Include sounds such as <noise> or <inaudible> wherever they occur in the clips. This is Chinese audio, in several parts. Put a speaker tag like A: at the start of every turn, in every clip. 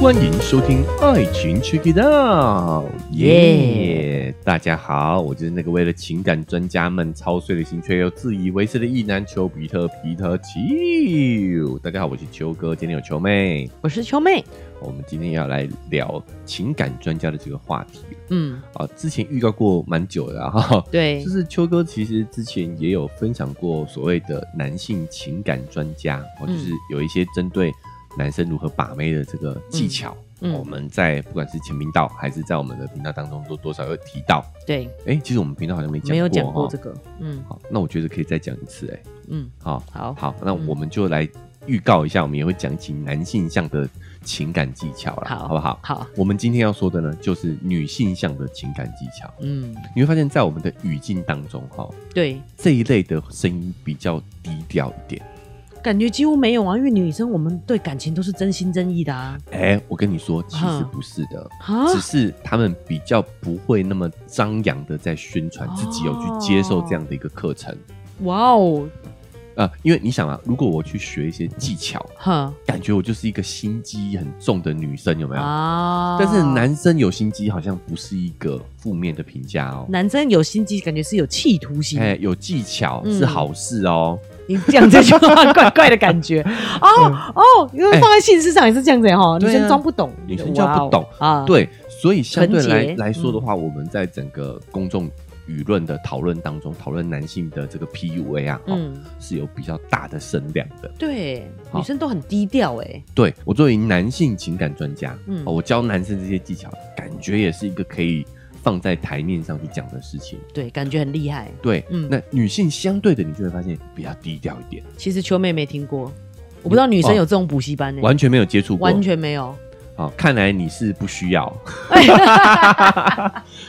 A: 欢迎收听《爱情 Check It Out》，耶！大家好，我就是那个为了情感专家们操碎了心却又自以为是的意男丘比特皮特丘。大家好，我是丘哥，今天有球妹，
B: 我是秋妹。
A: 我们今天要来聊情感专家的这个话题
B: 嗯，
A: 啊。之前预告过蛮久的啊哈、
B: <laughs> 对
A: 就，是秋哥其实之前也有分享过所谓的男性情感专家，哦，就
B: 嗯
A: 是有一些针对男生如何把妹的这个技巧。
B: 嗯
A: 我们在不管是前频道还是在我们的频道当中，都多少有提到。
B: 对，
A: 哎、其实我们频道好像没讲过，
B: 没有讲过这
A: 个。
B: 个。嗯
A: 好，那我觉得可以再讲一次、哎，
B: 嗯，
A: 好，
B: 好，
A: 好，那
B: 嗯
A: 我们就来预告一下，我们也会讲起男性向的情感技巧啦，
B: 好
A: 好不好？
B: 好，
A: 我们今天要说的呢，就是女性向的情感技巧。
B: 嗯，
A: 你会发现在我们的语境当中，哈，
B: 对，
A: 这一类的声音比较低调一点。
B: 感觉几乎没有啊，因为女生我们对感情都是真心真意的啊。
A: 哎、我跟你说，其实
B: 嗯
A: 不是的，
B: 啊
A: 只是他们比较不会那么张扬的在宣传自己有去接受这样的一个课程。
B: 哇哦，
A: 呃，因为你想啊，如果我去学一些技巧，
B: 哈
A: 感觉我就是一个心机很重的女生，有没有？
B: 啊！
A: 但是男生有心机好像不是一个负面的评价哦。
B: 男生有心机，感觉是有企图心。
A: 哎、有技巧
B: 嗯
A: 是好事哦。
B: 你讲这句话怪怪的感 <laughs> 觉。哦哦，因为放在性事上也是这样子哈，
A: 对
B: 哎女
A: 啊
B: 生装不懂，
A: 女生就不懂
B: 哇哦啊。，
A: 对，所以相对来
B: 纯洁
A: 来说的话，我们在整个公众舆论的讨论当中，讨论男性的这个 PUA 啊，哦、
B: 嗯，
A: 是有比较大的声量的。
B: 对，
A: 好
B: 女生都很低调哎。
A: 对我作为男性情感专家，
B: 嗯
A: 哦我教男生这些技巧，感觉也是一个可以放在台面上去讲的事情。
B: 对，感觉很厉害。
A: 对，
B: 嗯
A: 那女性相对的，你就会发现比较低调一点，
B: 其实秋妹没听过，我不知道女生有这种补习班呢、
A: 嗯哦完全没有接触过，
B: 嗯完全没有。
A: 好、看来你是不需
B: <laughs>
A: 要，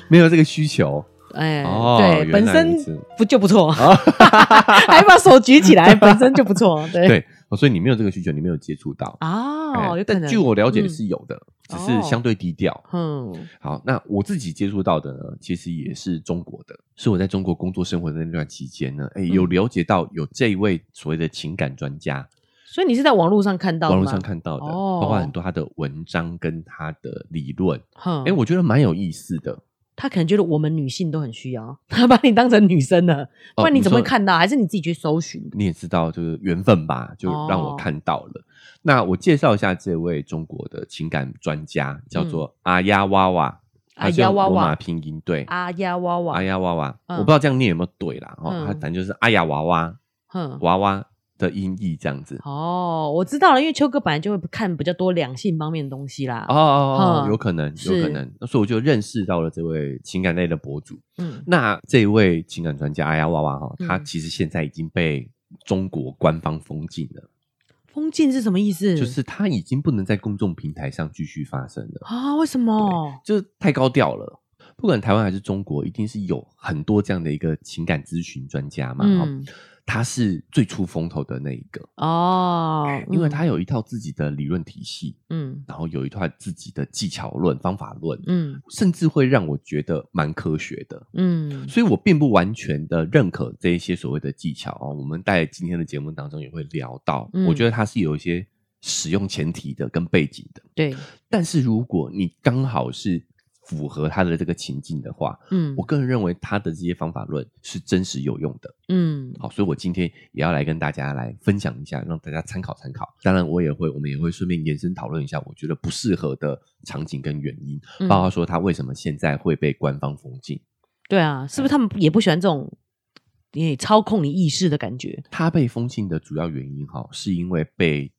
A: 没有这个需求
B: 哎、
A: 哦。
B: 对，
A: 原
B: 本
A: 来如
B: 身
A: 此
B: 不就
A: <laughs>
B: 不错，还把手举起来，本身就不错。对
A: 对、哦，所以你没有这个需求，你没有接触到。
B: 哦，
A: 哎
B: 有可
A: 但
B: 能。
A: 据我了解
B: 嗯
A: 是有的，只
B: 哦
A: 是相对低调。
B: 嗯
A: 好，那我自己接触到的呢，其实也是中国的，是我在中国工作生活的那段期间呢，哎，有
B: 嗯
A: 了解到有这一位所谓的情感专家，
B: 所以你是在网络上看到的
A: 网络
B: 吗？
A: 上看到的，
B: 哦嗯
A: 包括很多他的文章跟他的理论，
B: 哼，
A: 哎，我觉得蛮有意思的。
B: 他可能觉得我们女性都很需要，他把你当成女生了，不然你怎么会
A: 哦你说
B: 看到？还是你自己去搜寻？
A: 你也知道，就是缘分吧，就让
B: 哦
A: 我看到了。那我介绍一下这位中国的情感专家，叫做阿呀哇哇，
B: 嗯阿呀哇哇
A: 他是用罗马拼音对，
B: 啊呀哇哇，
A: 阿呀哇哇，
B: 嗯
A: 我不知道这样念有没有对啦，哦，
B: 嗯
A: 他反正就是阿呀娃娃
B: 哼，
A: 娃娃的音译这样子。
B: 哦，我知道了，因为秋哥本来就会看比较多两性方面的东西啦。
A: 哦哦哦，
B: 嗯
A: 有可能，有
B: 是
A: 可能，所以我就认识到了这位情感类的博主。
B: 嗯，
A: 那这位情感专家阿呀娃娃哈，
B: 嗯
A: 他其实现在已经被中国官方封禁了，
B: 封禁是什么意思？
A: 就是他已经不能在公众平台上继续发声了。
B: 啊，为什么？
A: 就是太高调了。不管台湾还是中国，一定是有很多这样的一个情感咨询专家嘛，
B: 嗯
A: 哦他是最出风头的那一个，
B: 哦，
A: 因为
B: 嗯
A: 他有一套自己的理论体系，
B: 嗯
A: 然后有一套自己的技巧论、方法论，
B: 嗯
A: 甚至会让我觉得蛮科学的。
B: 嗯
A: 所以我并不完全的认可这一些所谓的技巧哦。我们在今天的节目当中也会聊到，
B: 嗯
A: 我觉得它是有一些使用前提的跟背景的。
B: 对，
A: 但是如果你刚好是符合他的这个情境的话，
B: 嗯
A: 我个人认为他的这些方法论是真实有用的。
B: 嗯
A: 好，所以我今天也要来跟大家来分享一下，让大家参考参考。当然，我也会，我们也会顺便延伸讨论一下，我觉得不适合的场景跟原因，
B: 嗯
A: 包括说他为什么现在会被官方封禁。
B: 对啊，是不是他们也不喜欢这种也操控你意识的感觉？
A: 他被封禁的主要原因哈，是因为被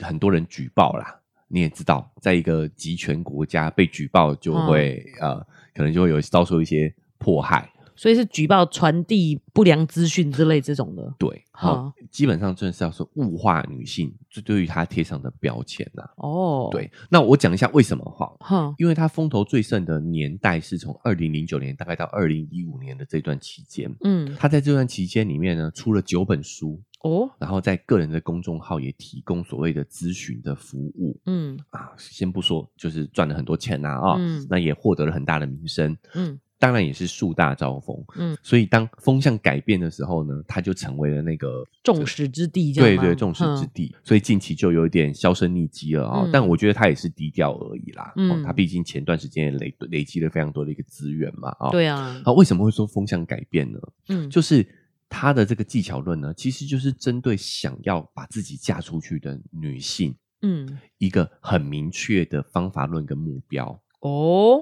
A: 很多人举报啦。你也知道，在一个集权国家被举报就
B: 嗯
A: 会、呃，可能就会有遭受一些迫害。
B: 所以是举报传递不良资讯之类这种的。
A: 对，
B: 好
A: 好，基本上真的是要说物化女性，就对于她贴上的标签呐、
B: 哦，，
A: 对，那我讲一下为什么哈，
B: 哼，
A: 因为她风头最盛的年代是从二零零九年大概到二零一五年的这段期间，
B: 嗯，
A: 她在这段期间里面呢，出了九本书，
B: 哦，
A: 然后在个人的公众号也提供所谓的咨询的服务
B: 嗯
A: 啊，先不说就是赚了很多钱呐啊、
B: 嗯
A: 那也获得了很大的名声。
B: 嗯
A: 当然也是树大招风，
B: 嗯
A: 嗯，所以当风向改变的时候呢，它就成为了那个
B: 众矢之的，这样
A: 对
B: 吗
A: 对众矢之的，所以近期就有一点销声匿迹了啊、哦
B: 嗯
A: 但我觉得它也是低调而已啦，哦
B: 嗯，
A: 它毕竟前段时间累累积了非常多的一个资源嘛，啊、
B: 嗯对啊，
A: 啊，为什么会说风向改变呢？
B: 嗯，
A: 就是他的这个技巧论呢，其实就是针对想要把自己嫁出去的女性
B: 嗯
A: 一个很明确的方法论跟目标。
B: 哦，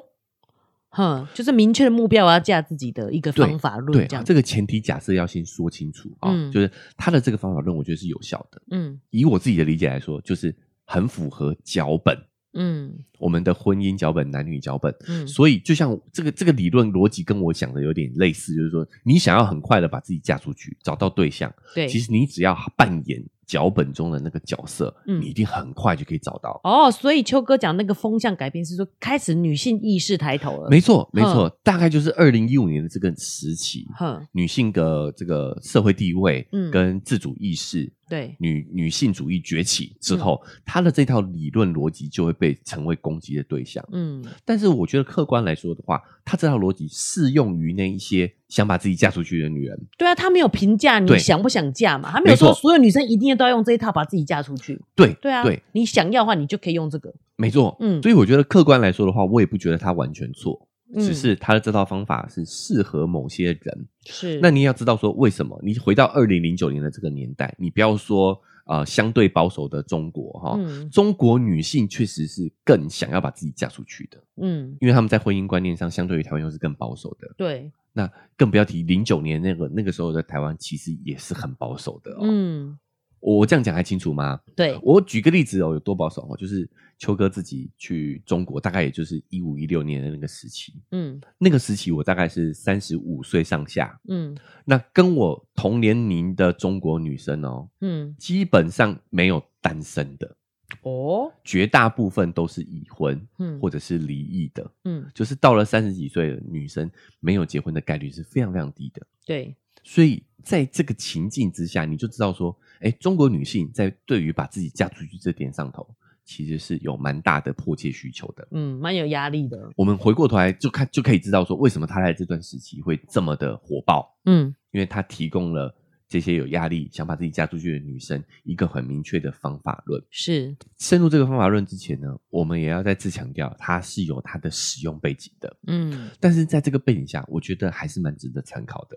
B: 哼，就是明确的目标，我要嫁自己的一个
A: 对
B: 方法
A: 对
B: 论，这
A: 啊
B: 样，
A: 这个前提假设要先说清楚啊、
B: 嗯
A: 就是他的这个方法论，我觉得是有效的。
B: 嗯
A: 以我自己的理解来说，就是很符合脚本，
B: 嗯
A: 我们的婚姻脚本、男女脚本。
B: 嗯，
A: 所以，就像这个这个理论逻辑跟我想的有点类似，就是说，你想要很快的把自己嫁出去，找到对象，
B: 对，
A: 其实你只要扮演脚本中的那个角色，
B: 嗯
A: 你一定很快就可以找到。
B: 哦，所以秋哥讲那个风向改变是说，开始女性意识抬头了，
A: 没错，没错，大概就是二零一五年的这个时期，
B: 哼，
A: 女性的这个社会地位
B: 嗯
A: 跟自主意识、
B: 对，
A: 女女性主义崛起之后，
B: 嗯
A: 她的这套理论逻辑就会被成为攻击的对象。
B: 嗯
A: 但是我觉得客观来说的话，她这套逻辑适用于那一些想把自己嫁出去的女人。
B: 对啊，他没有评价你
A: 对
B: 想不想嫁嘛，他没有说
A: 没错
B: 所有女生一定要都要用这一套把自己嫁出去。
A: 对
B: 对啊，
A: 对，
B: 你想要的话，你就可以用这个。
A: 没错，
B: 嗯
A: 嗯，所以我觉得客观来说的话，我也不觉得她完全错，
B: 嗯
A: 只是她的这套方法是适合某些人。
B: 是
A: 那你也要知道说为什么？你回到二零零九年的这个年代，你不要说呃相对保守的中国哈。
B: 嗯
A: 中国女性确实是更想要把自己嫁出去的，
B: 嗯，
A: 因为他们在婚姻观念上相对于台湾又是更保守的。
B: 对，
A: 那更不要提零九年那个那个时候的台湾，其实也是很保守的、哦。
B: 嗯
A: 我这样讲还清楚吗？
B: 对，
A: 我举个例子哦，有多保守哦，就是秋哥自己去中国，大概也就是一五一六年的那个时期，
B: 嗯
A: 那个时期我大概是三十五岁上下，
B: 嗯
A: 那跟我同年龄的中国女生哦，
B: 嗯，
A: 基本上没有单身的，
B: 哦，
A: 绝大部分都是已婚
B: 嗯
A: 或者是离异的，
B: 嗯
A: 就是到了三十几岁的女生没有结婚的概率是非常非常低的。
B: 对，
A: 所以在这个情境之下，你就知道说，哎，中国女性在对于把自己嫁出去这点上头，其实是有蛮大的迫切需求的。
B: 嗯，蛮有压力的。
A: 我们回过头来就看，就可以知道说，为什么她在这段时期会这么的火爆，
B: 嗯
A: 因为她提供了这些有压力想把自己嫁出去的女生一个很明确的方法论。
B: 是，
A: 深入这个方法论之前呢，我们也要再次强调，它是有它的使用背景的。
B: 嗯
A: 但是在这个背景下，我觉得还是蛮值得参考的。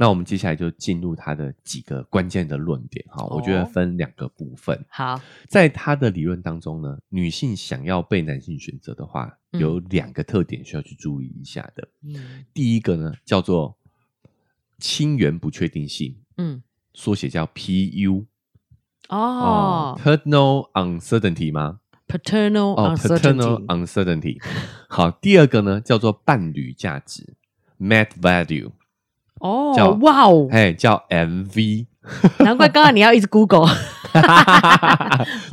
A: 那我们接下来就进入他的几个关键的论点哈，
B: 哦
A: 我觉得分两个部分。
B: 好，
A: 在他的理论当中呢，女性想要被男性选择的话，
B: 嗯
A: 有两个特点需要去注意一下的。
B: 嗯
A: 第一个呢，叫做亲缘不确定性，
B: 嗯
A: 缩写叫 PU
B: 哦
A: ，Paternal Uncertainty 吗？
B: ，paternal
A: 哦
B: uncertainty
A: ，Paternal Uncertainty。好，第二个呢叫做伴侣价值 Mat Value。叫
B: 哦，哇哦，
A: 哎，叫
B: <laughs>
A: MV，
B: 难怪刚刚你要一直 Google，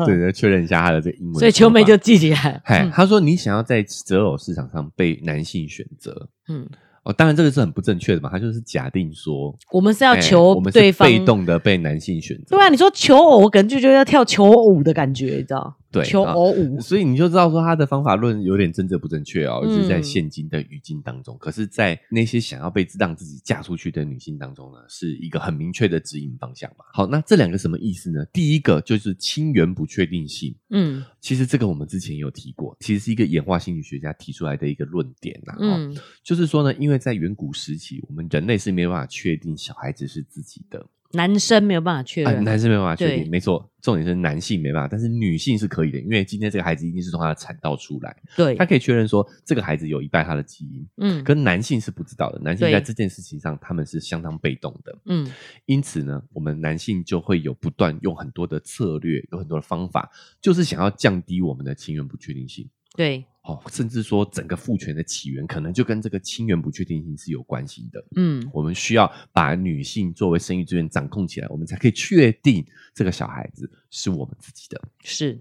A: 对，确认一下他的这个英文说法。
B: 所以秋妹就记起来。
A: 哎，
B: 嗯
A: 他说你想要在择偶市场上被男性选择
B: 嗯，
A: 哦，当然这个是很不正确的嘛，他就是假定说
B: 我们是要
A: 哎
B: 求
A: 我们是
B: 对方
A: 被动的被男性选择，
B: 对啊，你说求偶，我可能就觉得要跳求偶舞的感觉，你知道？
A: 对
B: 求
A: 啊
B: 偶舞，
A: 所以你就知道说他的方法论有点政治不正确哦，
B: 嗯
A: 就是在现今的语境当中，可是，在那些想要被让自己嫁出去的女性当中呢，是一个很明确的指引方向嘛。好，那这两个什么意思呢？第一个就是亲缘不确定性。
B: 嗯
A: 其实这个我们之前也有提过，其实是一个演化心理学家提出来的一个论点呐、哦，
B: 嗯，
A: 就是说呢，因为在远古时期，我们人类是没有办法确定小孩子是自己的，
B: 男生没有办法确
A: 啊、
B: 认，
A: 男生没有办法确
B: 对
A: 定，没错，重点是男性没办法，但是女性是可以的，因为今天这个孩子一定是从他的产道出来，
B: 对
A: 他，可以确认说这个孩子有一半他的基因，
B: 嗯
A: 跟男性是不知道的，男性
B: 对
A: 在这件事情上他们是相当被动的，
B: 嗯
A: 因此呢，我们男性就会有不断用很多的策略，有很多的方法，就是想要降低我们的亲缘不确定性。
B: 对，
A: 哦，甚至说整个父权的起源可能就跟这个亲缘不确定性是有关系的。
B: 嗯
A: 我们需要把女性作为生育资源掌控起来，我们才可以确定这个小孩子是我们自己的。
B: 是，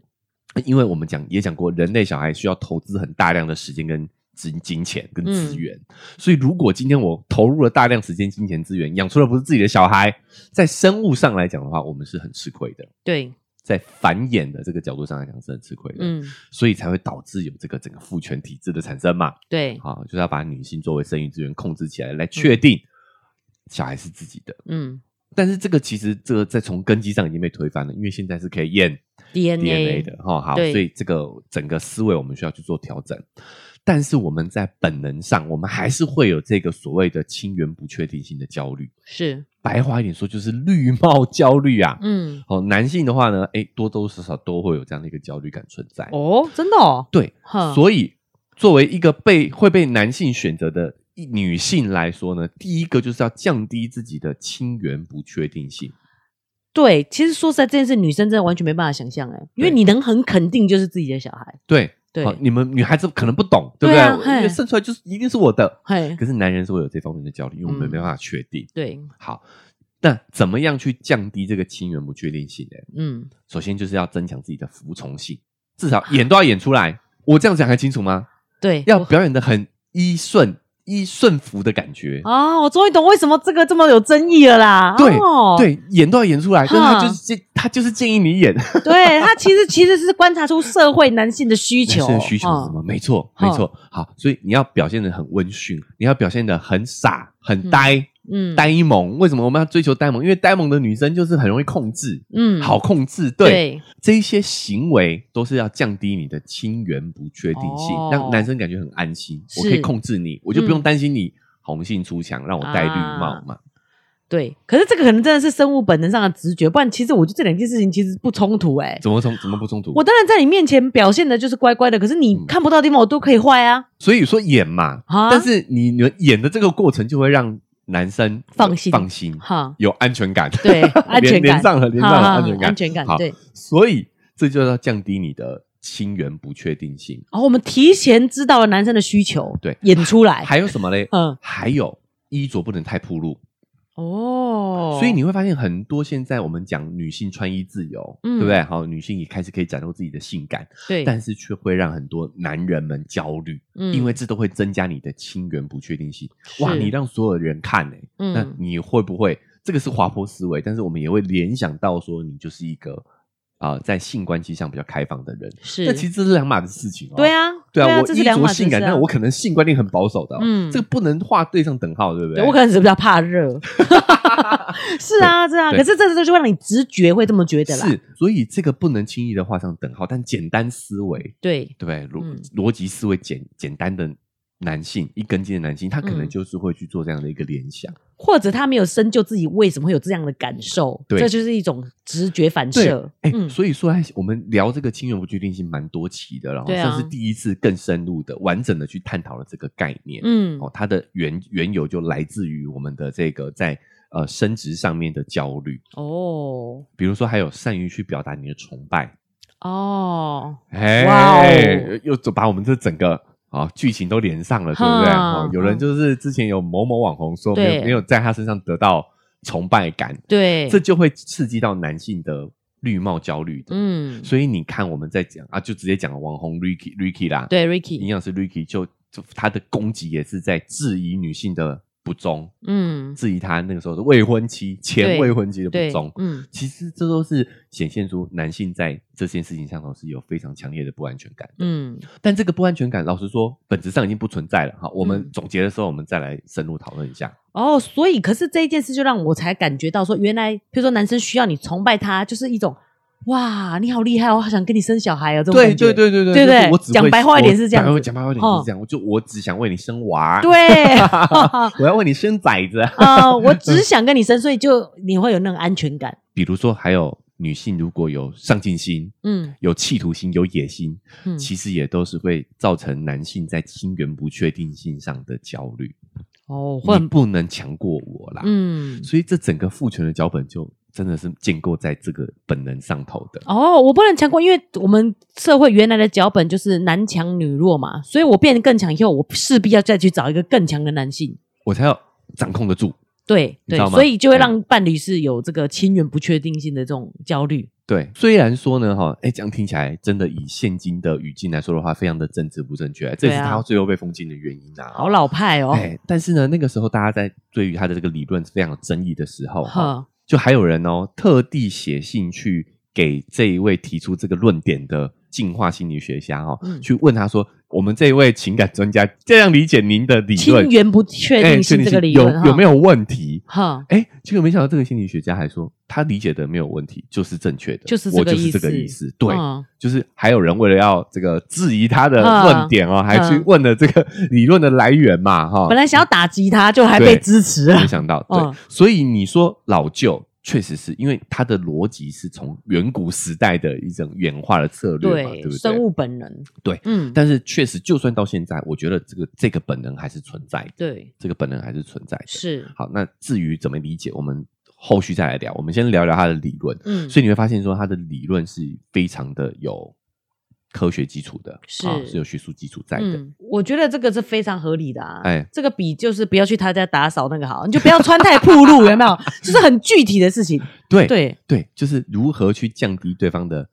A: 因为我们讲也讲过，人类小孩需要投资很大量的时间跟金金钱跟资源，所以如果今天我投入了大量时间、金钱资源，养出的不是自己的小孩，在生物上来讲的话，我们是很吃亏的。
B: 对，
A: 在繁衍的这个角度上来讲是很吃亏的，
B: 嗯，
A: 所以才会导致有这个整个父权体制的产生嘛。
B: 对，
A: 好，就是要把女性作为生育资源控制起来，来确定小孩是自己的。
B: 嗯
A: 但是这个其实这个在从根基上已经被推翻了，因为现在是可以验 DNA 的哈、好，
B: 对
A: 所以这个整个思维我们需要去做调整。但是我们在本能上，我们还是会有这个所谓的亲缘不确定性的焦虑。
B: 是，
A: 白话一点说，就是绿帽焦虑啊。
B: 嗯，
A: 哦，男性的话呢，哎，多多少少都会有这样的一个焦虑感存在。
B: 哦，真的哦，
A: 对，
B: 哼
A: 所以作为一个被会被男性选择的一女性来说呢，第一个就是要降低自己的亲缘不确定性。
B: 对，其实说实在，这件事女生真的完全没办法想象哎，因为
A: 对哦
B: 你能很肯定就是自己的小孩，
A: 对，
B: 对
A: 好你们女孩子可能不懂，对不
B: 对啊
A: 对？因为
B: 嘿
A: 生出来就是一定是我的。
B: 嘿，
A: 可是男人是会有这方面的焦虑，因为我们
B: 嗯
A: 没办法确定。
B: 对，
A: 好，那怎么样去降低这个亲缘不确定性呢？
B: 嗯，
A: 首先就是要增强自己的服从性，至
B: 啊
A: 少演都要演出来。我这样讲还清楚吗？
B: 对，
A: 要表演的很依顺、依顺服的感觉。
B: 啊，我终于懂为什么这个这么有争议了啦，
A: 对
B: 哦、
A: 对，演都要演出来，但是他
B: 哈
A: 就是建，他就是建议你演。
B: 对他其实其实是观察出社会男性的
A: <laughs>
B: 需求，
A: 男生的需求是什
B: 嗯
A: 么？没错，
B: 嗯
A: 没错。好，所以你要表现的很温驯，你要表现的很傻、很呆、
B: 嗯
A: 呆萌。为什么我们要追求呆萌？因为呆萌的女生就是很容易控制，
B: 嗯
A: 好控制。对，
B: 对
A: 这一些行为都是要降低你的亲缘不确定性
B: 哦，
A: 让男生感觉很安心。我
B: 是
A: 可以控制你，我就不用
B: 嗯啊
A: 担心你红杏出墙，让我戴绿帽嘛。
B: 对，可是这个可能真的是生物本能上的直觉，不然其实我觉得这两件事情其实不冲突哎、
A: 怎么冲？怎么不冲突？
B: 我当然在你面前表现的就是乖乖的，可是你
A: 嗯
B: 看不到的地方我都可以坏啊，
A: 所以说演嘛，
B: 啊
A: 但是你你们演的这个过程就会让男生
B: 放心
A: 放心，
B: 哈，
A: 有安全感， <laughs>
B: 对安全
A: 连
B: 感
A: 连上了，连上了
B: 哈
A: 安全感，
B: 安全感
A: 好
B: 对。
A: 所以这就要降低你的亲缘不确定性。
B: 然后我们提前知道了男生的需求，
A: 对
B: 演出来，
A: 还有什么嘞？
B: <laughs> 嗯
A: 还有衣着不能太暴露，
B: 哦，
A: 所以你会发现很多现在我们讲女性穿衣自由，
B: 嗯
A: 对不对？好，女性也开始可以展露自己的性感，
B: 对，
A: 但是却会让很多男人们焦虑，
B: 嗯
A: 因为这都会增加你的亲缘不确定性。
B: 是
A: 哇，你让所有人看欸呢、
B: 嗯
A: 那你会不会这个是滑坡思维？但是我们也会联想到说，你就是一个啊、呃在性关系上比较开放的人。
B: 是
A: 那其实这是两码子事情哦。
B: 对，啊，
A: 对啊，我
B: 这
A: 衣
B: 是两
A: 着
B: 码子
A: 性感，
B: 事啊
A: 但我可能性观念很保守的、哦，
B: 嗯
A: 这个不能画对上等号，对不对？
B: 对我可能只是比较怕
A: <laughs>
B: 热， <laughs> 是啊，是啊，
A: 对
B: 可是这这就会让你直觉会这么觉得啦，
A: 是，所以这个不能轻易的画上等号，但简单思维，
B: 对，
A: 对不对？逻
B: 嗯
A: 逻辑思维简简单的男性，一根筋的男性，他可能
B: 嗯
A: 就是会去做这样的一个联想。
B: 或者他没有深究自己为什么会有这样的感受，
A: 对
B: 这就是一种直觉反
A: 对
B: 射，，
A: 哎、
B: 嗯，
A: 所以说哎，我们聊这个亲缘不确定性蛮多期的了哦，
B: 对啊
A: 算是第一次更深入的、完整的去探讨了这个概念。
B: 嗯
A: 哦，它的缘缘由就来自于我们的这个在呃生殖上面的焦虑，
B: 哦
A: 比如说还有善于去表达你的崇拜，
B: 哦，
A: 哎，
B: 哇哦
A: 又又把我们这整个。啊、剧情都连上了，对不对？
B: 哈嗯
A: 哦，有人就是之前有某某网红说没有
B: 对
A: 没有在他身上得到崇拜感，
B: 对，
A: 这就会刺激到男性的绿帽焦虑的。
B: 嗯，
A: 所以你看，我们在讲啊，就直接讲网红 Ricky Ricky 啦，，
B: 对
A: 营
B: ，Ricky，
A: 养师 Ricky 就就他的攻击也是在质疑女性的不忠，
B: 嗯，
A: 质疑她那个时候的未婚妻、前
B: 对
A: 未婚妻的
B: 对
A: 不忠，。
B: 嗯，
A: 其实这都是显现出男性在这件事情上头是有非常强烈的不安全感，
B: 嗯，
A: 但这个不安全感，老实说，本质上已经不存在了哈。我们
B: 嗯
A: 总结的时候，我们再来深入讨论一下。
B: 哦，所以可是这一件事就让我才感觉到说，原来比如说男生需要你崇拜他，就是一种哇，你好厉害哦，我好想跟你生小孩哦，这种感觉
A: 对对
B: 对不对
A: 就是我只会
B: 讲白话一点是这样
A: 我
B: 子哦
A: 讲白话一点是这样，我就我只想为你生娃，，<laughs>
B: 对，<laughs>
A: 我要为你生崽子。
B: 啊，我只想跟你生，所以就你会有那种安全感。
A: 比如说，还有女性如果有上进心、
B: 嗯
A: 有企图心、有野心，
B: 嗯，
A: 其实也都是会造成男性在亲缘不确定性上的焦虑。
B: 哦，会
A: 你
B: 很
A: 不能强过我啦，
B: 嗯。
A: 所以这整个父权的脚本就真的是建构在这个本能上头的。
B: 哦，我不能强过，因为我们社会原来的脚本就是男强女弱嘛，所以我变得更强以后，我势必要再去找一个更强的男性，
A: 我才要掌控得住。
B: 对
A: 你知
B: 对
A: 道，吗
B: 所以就会
A: 嗯
B: 让伴侣是有这个亲缘不确定性的这种焦虑。
A: 对，虽然说呢，哈，哎，这样听起来真的以现今的语境来说的话，非常的政治不正确，这也是
B: 对啊
A: 他最后被封禁的原因啊。
B: 好老派哦，
A: 哎，但是呢，那个时候大家在对于他的这个理论是非常有争议的时候，哈，
B: 呵，
A: 就还有人哦，特地写信去给这一位提出这个论点的进化心理学家哦，
B: 嗯
A: 去问他说，我们这一位情感专家这样理解您的理
B: 亲
A: 论，哎
B: 缘不确定
A: 确
B: 性这个理
A: 有
B: 论哈
A: 有没有问题？
B: 哈，
A: 哎，结果没想到这个心理学家还说，他理解的没有问题，就是正确的，
B: 就是
A: 我
B: 这个
A: 就是
B: 意
A: 这个
B: 思
A: 意思，对，
B: 嗯
A: 就是还有人为了要这个质疑他的论点哦，还去问了这个理论的来源嘛，哈、
B: 嗯本来想要打击他，就还
A: 对
B: 被支持了 <laughs>
A: 没。想到，对，
B: 嗯
A: 所以你说老旧，确实是因为它的逻辑是从远古时代的一种演化的策略嘛，对不
B: 生
A: 对？
B: 物本能。
A: 对
B: 嗯，
A: 但是确实，就算到现在，我觉得这个这个本能还是存在的，
B: 对，
A: 这个本能还是存在的。
B: 是，
A: 好，那至于怎么理解，我们后续再来聊。我们先聊聊它的理论，
B: 嗯，
A: 所以你会发现说，它的理论是非常的有科学基础的，
B: 是
A: 啊、是有学术基础在的。
B: 嗯，我觉得这个是非常合理的啊。
A: 哎
B: 这个比就是不要去他家打扫那个好，你就不要穿太暴露， <laughs> 有没有？就是很具体的事情。
A: 对
B: 对，
A: 对，就是如何去降低对方的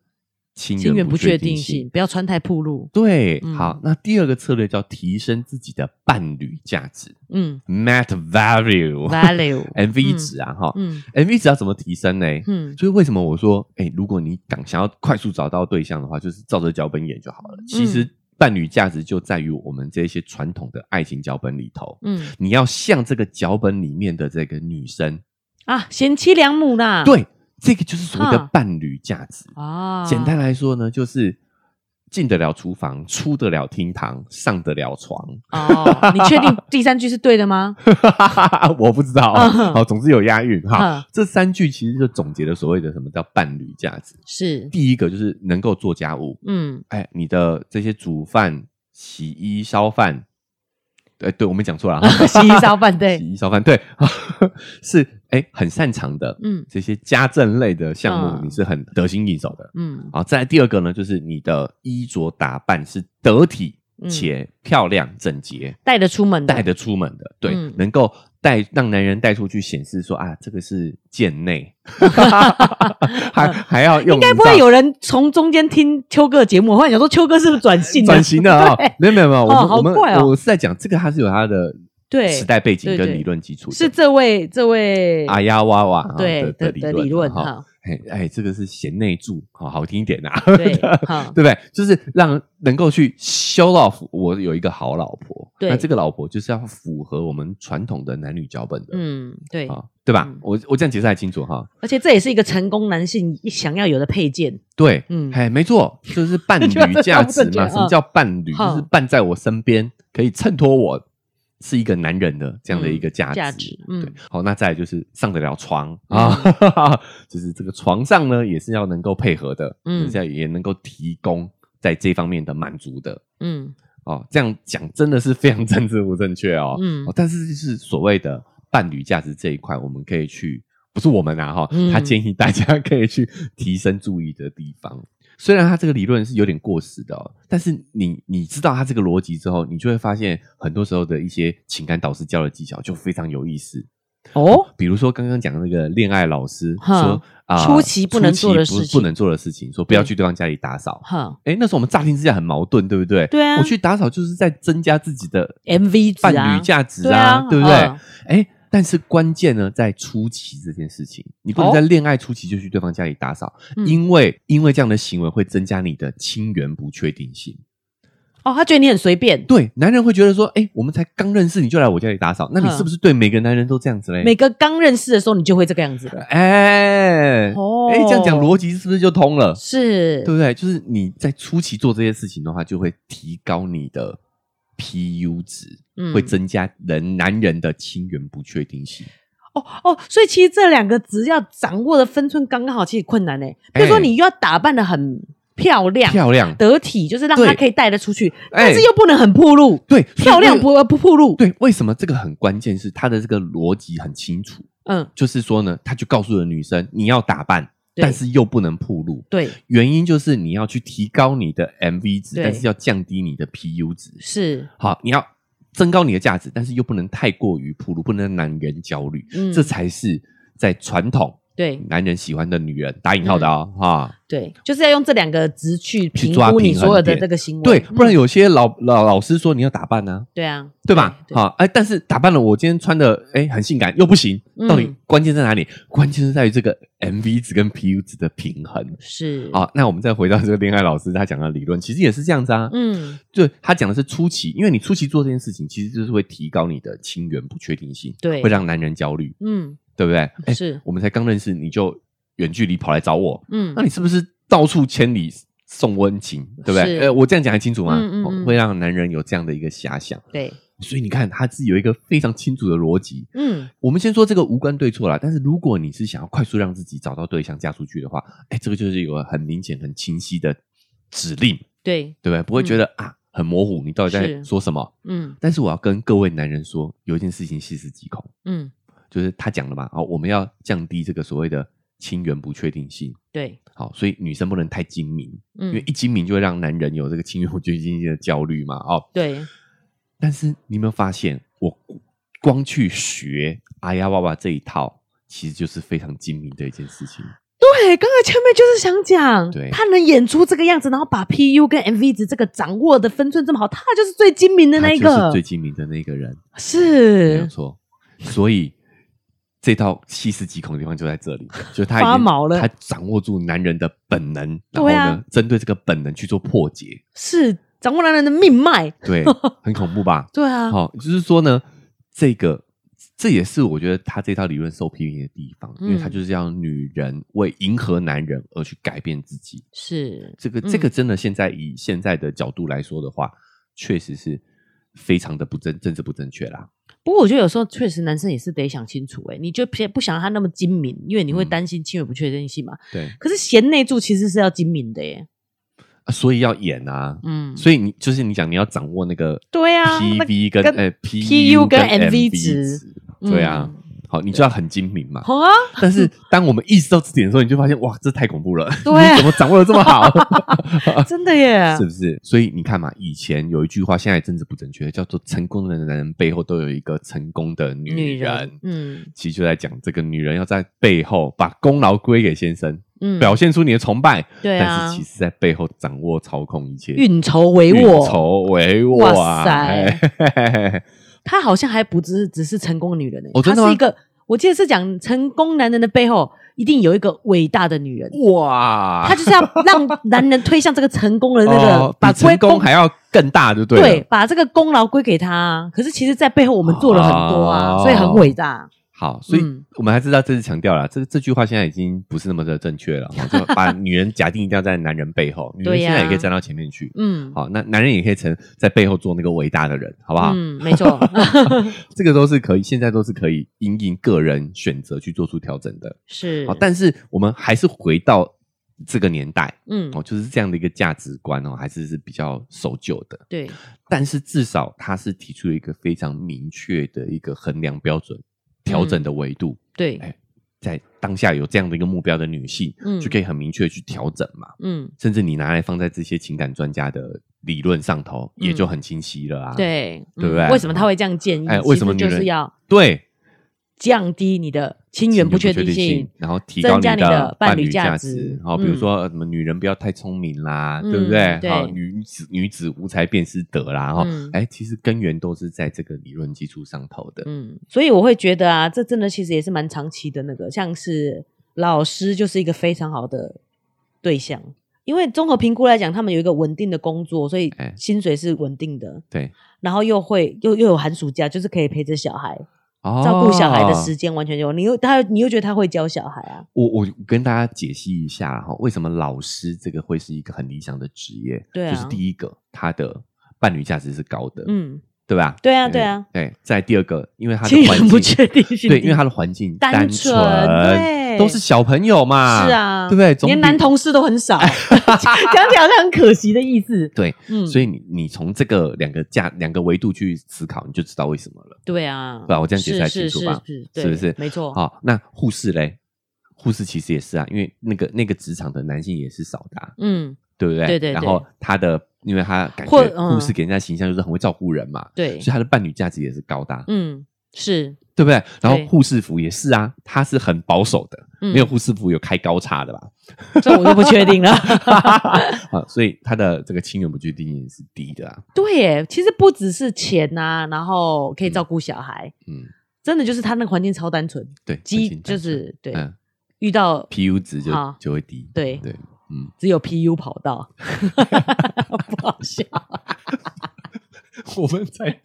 A: 亲
B: 亲
A: 缘
B: 缘不确
A: 定
B: 定
A: 性
B: 性，。不要穿太暴露。
A: 对，
B: 嗯
A: 好，那第二个策略叫提升自己的伴侣价值
B: 嗯
A: （mat value）。 <laughs>
B: ，value，
A: MV
B: 嗯
A: 值啊，哈、
B: 嗯
A: m v 值要怎么提升呢？
B: 嗯
A: 所以为什么我说，哎、如果你想想要快速找到对象的话，就是照着脚本演就好了。其实
B: 嗯
A: 伴侣价值就在于我们这些传统的爱情脚本里头，
B: 嗯
A: 你要像这个脚本里面的这个女生，
B: 啊，贤妻良母啦。
A: 对，这个就是所谓的
B: 哈
A: 伴侣价值。
B: 啊，
A: 简单来说呢，就是进得了厨房，出得了厅堂，上得了床。 <laughs>
B: 哦。你确定第三句是对的吗？
A: 我不知道啊，
B: 嗯哼
A: 好，总之有押韵哈。
B: 嗯
A: 这三句其实就总结了所谓的什么叫伴侣价值。
B: 是，
A: 第一个就是能够做家务，
B: 嗯，，
A: 哎，你的这些煮饭、洗衣、烧饭，哎，对我没讲错了哈 <laughs>
B: 嗯洗衣烧饭对
A: 洗衣烧饭，对， <laughs> 是哎很擅长的。
B: 嗯
A: 这些家政类的项目，
B: 嗯
A: 你是很得心应手的。
B: 嗯
A: 好，再来第二个呢，就是你的衣着打扮是得体
B: 嗯
A: 且漂亮、整洁，
B: 带得出门的，
A: 带得出门的，对，
B: 嗯
A: 能够带让男人带出去，显示说啊，这个是贱
B: <laughs>
A: 内，还还要用
B: 应该不
A: 你
B: 会
A: 知道
B: 有人从中间听秋哥的节目，我忽然想说秋哥是不是转性了
A: 转型的啊、
B: 对
A: 没有没有没有，我
B: 哦
A: 们、
B: 好
A: 我们
B: 怪哦
A: 我是在讲这个，它是有它的
B: 对
A: 时代背景
B: 对
A: 跟
B: 对
A: 理论基础的，
B: 是这位这位
A: 阿呀哇哇啊
B: 对
A: 的
B: 的
A: 的
B: 的
A: 理
B: 理论
A: 哈， <laughs>
B: 哈，
A: 哎哎，这个是贤内助，好好听一点啊， <laughs>
B: 对哈，
A: 对不对？就是让能够去 show off，我有一个好老婆。
B: 对
A: 那这个老婆就是要符合我们传统的男女脚本的，
B: 嗯对，
A: 啊，对吧？
B: 嗯
A: 我我这样解释还清楚哈。
B: 而且这也是一个成功男性想要有的配件，
A: 对，
B: 嗯
A: 哎，没错，就是伴
B: 你把
A: 侣
B: 这
A: 价
B: 当
A: 值
B: 正确
A: 嘛。
B: <laughs> 啊
A: 什么叫伴侣？
B: 好
A: 就是伴在我身边，可以衬托我是一个男人的这样的一个价值。
B: 嗯价值嗯
A: 对，好，那再来就是上得了床啊， <laughs> 就是这个床上呢也是要能够配合的，嗯，
B: 嗯
A: 这样也能够提供在这方面的满足的。
B: 嗯
A: 哦，这样讲真的是非常政治不正确哦。
B: 嗯
A: 哦但是就是所谓的伴侣价值这一块，我们可以去，不是我们啊哈、
B: 嗯
A: 他建议大家可以去提升注意的地方。虽然他这个理论是有点过时的、哦，但是你你知道他这个逻辑之后，你就会发现很多时候的一些情感导师教的技巧就非常有意思。
B: 哦，
A: 比如说刚刚讲的那个恋爱老师
B: 哼
A: 说啊、
B: 初期不能做的
A: 初期
B: 事
A: 不
B: 情
A: 不能做的事情，说不要去对方家里打扫。
B: 哈
A: 哎，那时候我们乍听之下很矛盾，对不对？
B: 对啊
A: 我去打扫就是在增加自己的
B: MV 值
A: 伴
B: 啊
A: 侣，价值
B: 对
A: 啊
B: 啊，
A: 对不对
B: 嗯？
A: 哎，但是关键呢，在初期这件事情，你不能
B: 哦
A: 在恋爱初期就去对方家里打扫，
B: 嗯
A: 因为因为这样的行为会增加你的亲缘不确定性。
B: 哦，他觉得你很随便，
A: 对，男人会觉得说，哎，我们才刚认识你就来我家里打扫，那你
B: 嗯
A: 是不是对每个男人都这样子嘞？
B: 每个刚认识的时候你就会这个样子，
A: 哎，
B: 哦
A: 哎，这样讲逻辑是不是就通了？
B: 是
A: 对不对？就是你在初期做这些事情的话，就会提高你的 PU 值，
B: 嗯
A: 会增加人男人的亲缘不确定性。
B: 哦哦，所以其实这两个值要掌握的分寸刚刚好，其实困难呢。欸比如说
A: 哎
B: 你又要打扮的很漂亮、
A: 漂亮，
B: 得体，就是让
A: 对
B: 他可以带得出去，
A: 哎
B: 但是又不能很暴露，
A: 对，
B: 漂亮
A: 所以
B: 不呃不暴露。
A: 为对？为什么这个很关键？是它的这个逻辑很清楚，
B: 嗯，
A: 就是说呢，他就告诉了女生你要打扮，
B: 对
A: 但是又不能暴露。
B: 对，
A: 原因就是你要去提高你的 MV 值，
B: 对
A: 但是要降低你的 PU 值。
B: 是，
A: 好，你要增高你的价值，但是又不能太过于暴露，不能让男人焦虑，
B: 嗯
A: 这才是在传统
B: 对嗯
A: 男人喜欢的女人，打引号的哦，哈、
B: 对，就是要用这两个值去评
A: 抓
B: 估你
A: 平衡
B: 所有的
A: 点
B: 这个行为，
A: 对，
B: 嗯
A: 不然有些老老老师说你要打扮啊，
B: 对啊，
A: 对吧？
B: 对
A: 好，哎，但是打扮了，我今天穿的哎很性感又不行，
B: 嗯
A: 到底关键在哪里？关键是在于这个 MV 值跟 PU 值的平衡。
B: 是，
A: 好，那我们再回到这个恋爱老师他讲的理论，其实也是这样子啊。
B: 嗯，
A: 就他讲的是初期，因为你初期做这件事情，其实就是会提高你的亲缘不确定性，
B: 对
A: 会让男人焦虑，
B: 嗯，
A: 对不对？哎，
B: 是，
A: 我们才刚认识你就远距离跑来找我，
B: 嗯
A: 那，你是不是到处千里送温情，对不对？
B: 是
A: 呃，我这样讲很清楚吗？
B: 嗯嗯嗯
A: 哦会让男人有这样的一个遐想，
B: 对，
A: 所以你看他是有一个非常清楚的逻辑。
B: 嗯，
A: 我们先说这个无关对错啦，但是如果你是想要快速让自己找到对象嫁出去的话，哎，这个就是有个很明显、很清晰的指令，
B: 对，
A: 对不对？不会觉得、啊很模糊，你到底在
B: 嗯是
A: 说什么？
B: 嗯
A: 但是我要跟各位男人说，有一件事情细思极恐，
B: 嗯，
A: 就是他讲的嘛，哦好，我们要降低这个所谓的亲缘不确定性。
B: 对，
A: 好，所以女生不能太精明，因为
B: 嗯
A: 一，精明就会让男人有这个亲缘不确定性的焦虑嘛。哦，
B: 对，
A: 但是你有没有发现，我光去学哎呀爸爸这一套，其实就是非常精明的一件事情。
B: 对，刚才前面就是想讲，
A: 对
B: 他能演出这个样子，然后把 PU 跟 MV 值这个掌握的分寸这么好，他就是最精明的那一
A: 他就是
B: 个
A: 最，精明的那个人，没有
B: 是
A: 错。所以这套细思极恐的地方就在这
B: <laughs>
A: 里，就是他已
B: 发
A: 经
B: 毛了
A: 他掌握住男人的本能，然后呢，
B: 对啊
A: 针对这个本能去做破解，
B: 是掌握男人的命脉， <laughs>
A: 对，很恐怖吧？
B: 对啊，
A: 好、就是说呢，这个这也是我觉得他这套理论受批评的地方，因为他
B: 嗯
A: 就是要女人为迎合男人而去改变自己。
B: 是，
A: 这个
B: 嗯
A: 这个真的现在以现在的角度来说的话，确实是非常的不正政治不正确啦。
B: 不过我觉得有时候确实男生也是得想清楚、欸，哎，你就偏不想让他那么精明，因为你会
A: 嗯
B: 担心亲缘不确定性嘛。
A: 对，
B: 可是贤内助其实是要精明的耶，
A: 啊所以要演啊。
B: 嗯，
A: 所以你就是你讲你要掌握那个
B: 对啊那
A: PV 跟
B: 跟
A: 呃
B: PU 跟 MV 值嗯
A: 值，对啊，好你就要很精明嘛。
B: 好啊， <laughs>
A: 但是当我们意识到这点的时候，你就发现哇，这太恐怖了！
B: 对啊
A: 你怎么掌握的这么
B: <laughs>
A: 好？ <laughs>
B: 真的啊耶
A: 是，不是？所以你看嘛，以前有一句话，现在政治不正确，叫做“成功的男人背后都有一个成功的女人”
B: 女人，嗯
A: 其实就在讲这个女人要在背后把功劳归给先生，
B: 嗯，
A: 表现出你的崇拜，
B: 对
A: 但
B: 啊
A: 是其实在背后掌握、操控一切，
B: 运筹帷
A: 运
B: 幄，
A: 筹帷幄啊！
B: 哇塞
A: 塞，
B: 她好像还不只只是成功女人呢、
A: 哦真
B: 她
A: 的吗
B: 是一个，我记得是讲成功男人的背后一定有一个伟大的女人，
A: <laughs> 哇，
B: 她就是要让男人推向这个成功的那个，
A: 啊 <laughs> 哦
B: 把
A: 比成
B: 归
A: 功还要更大，就对啊了。
B: 对，把这个功劳归给他。可是其实，在背后我们做了很多啊，
A: 哦
B: 所以很伟大。
A: 好，所以
B: 嗯
A: 我们还是要再次强调啦，这这句话现在已经不是那么的正确了，哈
B: <laughs>
A: 就把女人假定一定要在男人背后，女人
B: 对呀
A: 现在也可以站到前面去。
B: 嗯，
A: 好，那男人也可以成在背后做那个伟大的人，好不好？<laughs>
B: 嗯，没错，
A: 这个都是可以，现在都是可以因应个人选择去做出调整的。
B: 是
A: 好，，但是我们还是回到这个年代
B: 嗯，
A: 哦，就是这样的一个价值观哦，还是是比较守旧的。
B: 对，
A: 但是至少他是提出了一个非常明确的一个衡量标准、调
B: 嗯
A: 整的维度。哎
B: 对，
A: 在当下有这样的一个目标的女性，
B: 嗯
A: 就可以很明确地去调整嘛。
B: 嗯，
A: 甚至你拿来放在这些情感专家的理论上头，
B: 嗯
A: 也就很清晰了啊。
B: 对，
A: 对不
B: 嗯
A: 对
B: 为什么他会这样建议？
A: 哎为什么
B: 其实就
A: 女人
B: 是要
A: 对，
B: 降低你的亲缘不确定性？
A: 然后提高
B: 增加你
A: 的
B: 的
A: 伴
B: 伴侣价
A: 价
B: 值
A: 好，比如
B: 嗯
A: 说呃什么女人不要太聪明啦，
B: 嗯
A: 对不对？
B: 对
A: 好，女子女子无才便是德啦，哈
B: 嗯，
A: 哎，其实根源都是在这个理论基础上头的。
B: 嗯，所以我会觉得啊，这真的其实也是蛮长期的那个，像是老师就是一个非常好的对象，因为综合评估来讲，他们有一个稳定的工作，所以
A: 哎
B: 薪水是稳定的，
A: 对，
B: 然后又会又又有寒暑假，就是可以陪着小孩，
A: 哦
B: 照顾小孩的时间完全有。你又他你又觉得他会教小孩啊？
A: 我我跟大家解析一下哈，为什么老师这个会是一个很理想的职业？
B: 对啊
A: 就是第一个，他的伴侣价值是高的，
B: 嗯，
A: 对吧？
B: 对啊对啊。
A: 对，再来第二个，因为他
B: 亲
A: 的
B: 缘
A: 环
B: 不
A: 境，
B: 确定性低，
A: 对，因为他的环境
B: 单
A: 单
B: 纯对
A: 都是小朋友嘛，
B: 是，啊，
A: 对不对总
B: 连
A: 比 <laughs>
B: 男同事都很少，讲起来好像很可惜的意思。
A: 对，
B: 嗯，
A: 所以你你从这个两个价两个维度去思考，你就知道为什么了。
B: 对啊，
A: 对吧我这样解释还清
B: 是
A: 楚
B: 是
A: 吧
B: 是
A: 是不是
B: 对没错，
A: 好，那护士嘞，护士其实也是啊，因为那个那个职场的男性也是少的啊、
B: 嗯，
A: 对不对？
B: 对对
A: 然
B: 对
A: 后他的，因为他感
B: 或
A: 觉护士
B: 嗯
A: 给人家形象就是很会照顾人嘛，
B: 对
A: 所以，他的伴侣价值也是高的啊、
B: 嗯，是
A: 对不对？然后
B: 对
A: 护士服也是啊，它是很保守的，
B: 嗯
A: 没有护士服有开高叉的吧？
B: 这我就不确
A: <laughs>
B: 定了。 <laughs>
A: 啊，所以它的这个亲缘不确定性是低的啊。
B: 对耶，其实不只是钱呐、然后可以照顾小孩，
A: 嗯，
B: 真的就是他那个环境超单纯，
A: 对，很
B: 基
A: 简单
B: 就是对、
A: 嗯
B: 遇到
A: ，PU 值就
B: 好
A: 就会低。
B: 对
A: 对，嗯，
B: 只有 PU 跑道，不好
A: <laughs>
B: 笑。
A: <laughs> 我们
B: <laughs>
A: 在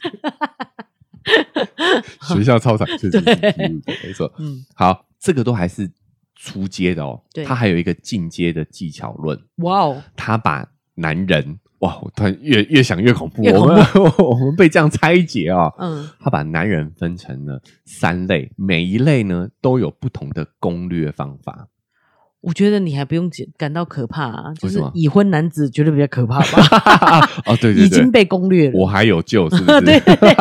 A: 学校操场确实是 PU 值，没错。
B: 嗯，
A: 好，这个都还是初阶的哦。
B: 对
A: 它还有一个进阶的技巧论，
B: 哇哦，
A: 他把男人哇，我突然越越想越恐怖，
B: 越恐怖
A: 我们 <laughs> 我们被这样拆解啊、
B: 嗯
A: 他把男人分成了三类，每一类呢都有不同的攻略方法。 <laughs>
B: 我觉得你还不用感感到可怕、啊，就
A: 为
B: 是
A: 什么
B: 已婚男子绝对比较可怕吧？
A: 哦，对
B: 已
A: 对
B: 经
A: 对，
B: 被攻略了。
A: 我还有救，是不是？
B: <laughs> 对对
A: 对 <laughs>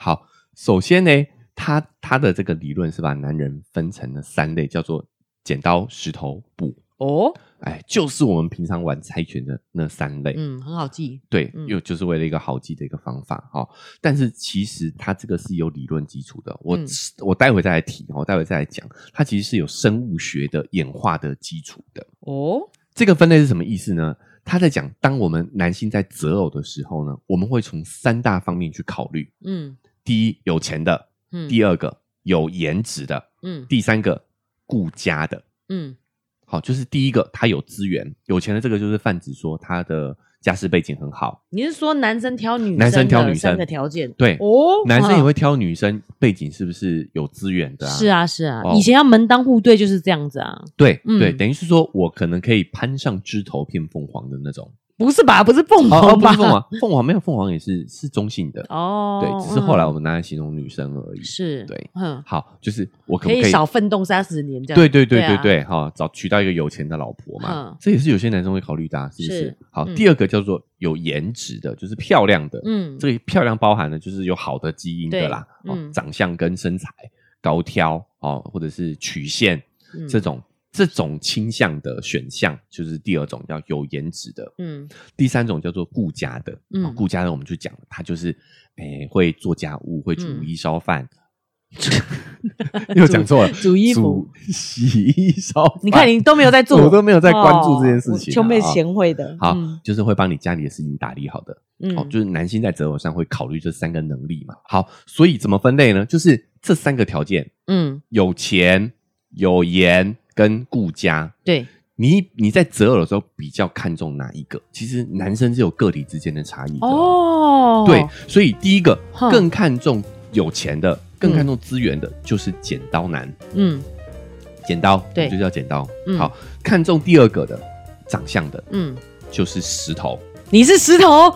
A: 好，首先呢，他他的这个理论是把男人分成了三类，叫做剪刀石头布。
B: 哦，
A: 哎，就是我们平常玩猜拳的那三类。
B: 嗯，很好记。
A: 对
B: 嗯，
A: 又就是为了一个好记的一个方法哦。但是其实它这个是有理论基础的，我、
B: 嗯
A: 我待会再来提，我待会再来讲，它其实是有生物学的演化的基础的。
B: 哦，
A: 这个分类是什么意思呢？他在讲，当我们男性在择偶的时候呢，我们会从三大方面去考虑：
B: 嗯
A: 第一，有钱的；
B: 嗯，
A: 第二个，有颜值的；
B: 嗯
A: 第三个，顾家的。
B: 嗯
A: 好，就是第一个，他有资源，有钱的这个就是泛指说他的家世背景很好，
B: 你是说男生挑女
A: 男生挑
B: 的
A: 女
B: 三
A: 生
B: 个条件？
A: 对
B: <laughs> 哦，
A: 男生也
B: 哇
A: 会挑女生，背景是不是有资源的、啊？
B: 是，啊，是啊，
A: 哦
B: 以前要门当户对就是这样子啊，
A: 对、
B: 嗯
A: 对，等于是说我可能可以攀上枝头变凤凰的那种。
B: 不是吧？不是凤
A: 哦，哦
B: 凰
A: 不
B: 吧？
A: 是凤凰，凤凰没有凤凰也是是中性的，
B: 哦，
A: 对，只是后来我
B: 嗯
A: 们拿来形容女生而已。
B: 是
A: 对，
B: 嗯，
A: 好，就是我可
B: 可
A: 不
B: 以
A: 可以？
B: 少奋斗三十年这样。
A: 对对对
B: 对
A: 对
B: 啊
A: 对，哈、找娶到一个有钱的老婆嘛，
B: 嗯
A: 这也是有些男生会考虑的、啊，是不是？
B: 是
A: 好，
B: 嗯
A: 第二个叫做有颜值的，就是漂亮的，
B: 嗯，
A: 这个漂亮包含了就是有好的基因的啦，
B: 对
A: 哦
B: 嗯
A: 长相跟身材高挑哦，或者是曲线
B: 嗯
A: 这种这种倾向的选项，就是第二种叫有颜值的，
B: 嗯
A: 第三种叫做顾家的，
B: 嗯
A: 嗯，顾家的我们就讲了，他就是诶、会做家务，会煮
B: 嗯
A: 衣烧饭。 <laughs> 又讲错了，
B: 煮衣服、
A: 洗衣烧饭。
B: <laughs> 你看你都没有在做，
A: <laughs> 我都没有在关注这件事
B: 哦
A: 情啊
B: 我就妹
A: 啊
B: 贤惠的。
A: 好
B: 嗯，
A: 就是会帮你家里的事情打理好的。哦，
B: 嗯，
A: 就是男性在择偶上会考虑这三个能力嘛。好，所以怎么分类呢？就是这三个条件：
B: 嗯，
A: 有钱、有颜跟顾家。
B: 对，
A: 你你在择偶的时候比较看重哪一个？其实男生是有个体之间的差异的哦。
B: 哦，
A: 对，所以第一个
B: 哼
A: 更看重有钱的，更看重资源的，就是剪刀男。
B: 嗯
A: 剪刀，
B: 对
A: 就叫剪刀。
B: 嗯
A: 好，看重第二个的长相的，
B: 嗯，
A: 就是石头。
B: 你是石头，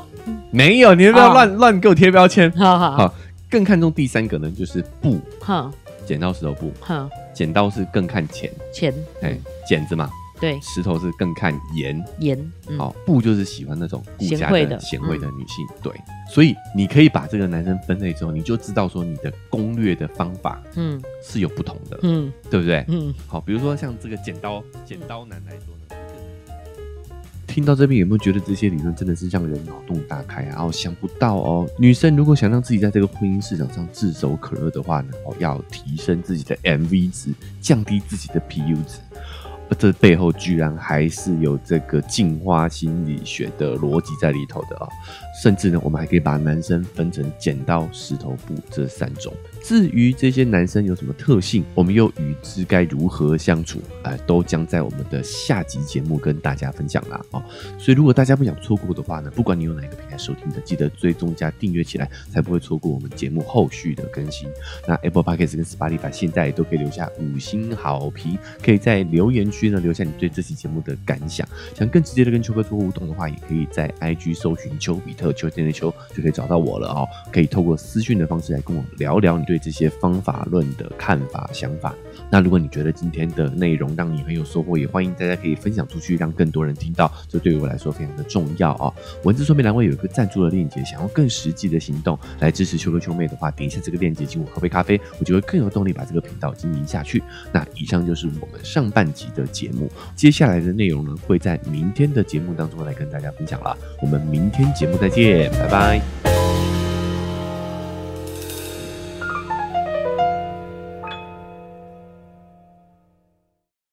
A: 没有，你不要
B: 哦
A: 乱、乱给我贴标签。
B: 好好
A: 好更看重第三个呢，就是布，
B: 好
A: 剪刀石头布。
B: 好，
A: 剪刀是更看钱，
B: 钱，
A: 哎、剪子嘛，
B: 对，
A: 石头是更看颜。
B: 盐，嗯
A: 好、布就是喜欢那种顾家
B: 贤惠的嗯
A: 的贤惠的女性，对，所以你可以把这个男生分类之后，你就知道说你的攻略的方法
B: 嗯
A: 是有不同的，
B: 嗯
A: 对不对？
B: 嗯，
A: 好，比如说像这个剪刀剪刀男来说呢，听到这边有没有觉得这些理论真的是让人脑洞大开啊？然后想不到哦，女生如果想让自己在这个婚姻市场上炙手可热的话呢，哦，要提升自己的 MV 值，降低自己的 PU 值。而这背后居然还是有这个进化心理学的逻辑在里头的啊、甚至呢，我们还可以把男生分成剪刀、石头、布这三种。至于这些男生有什么特性，我们又与之该如何相处，呃，都将在我们的下集节目跟大家分享啦哦。所以如果大家不想错过的话呢，不管你用哪一个平台收听的，记得追踪加订阅起来，才不会错过我们节目后续的更新。那 Apple Podcast 跟 Spotify 现在都可以留下五星好评，可以在留言区呢留下你对这期节目的感想。想更直接的跟丘哥做互动的话，也可以在 IG 搜寻丘比特丘天的丘就可以找到我了哦。可以透过私讯的方式来跟我聊聊你对这些方法论的看法、想法。那如果你觉得今天的内容让你很有收获，也欢迎大家可以分享出去，让更多人听到，这对于我来说非常的重要哦。文字说明栏位有一个赞助的链接，想要更实际的行动来支持秋哥秋妹的话，点一下这个链接，请我喝杯咖啡，我就会更有动力把这个频道经营下去。那以上就是我们上半集的节目，接下来的内容呢会在明天的节目当中来跟大家分享了。我们明天节目再见，拜拜。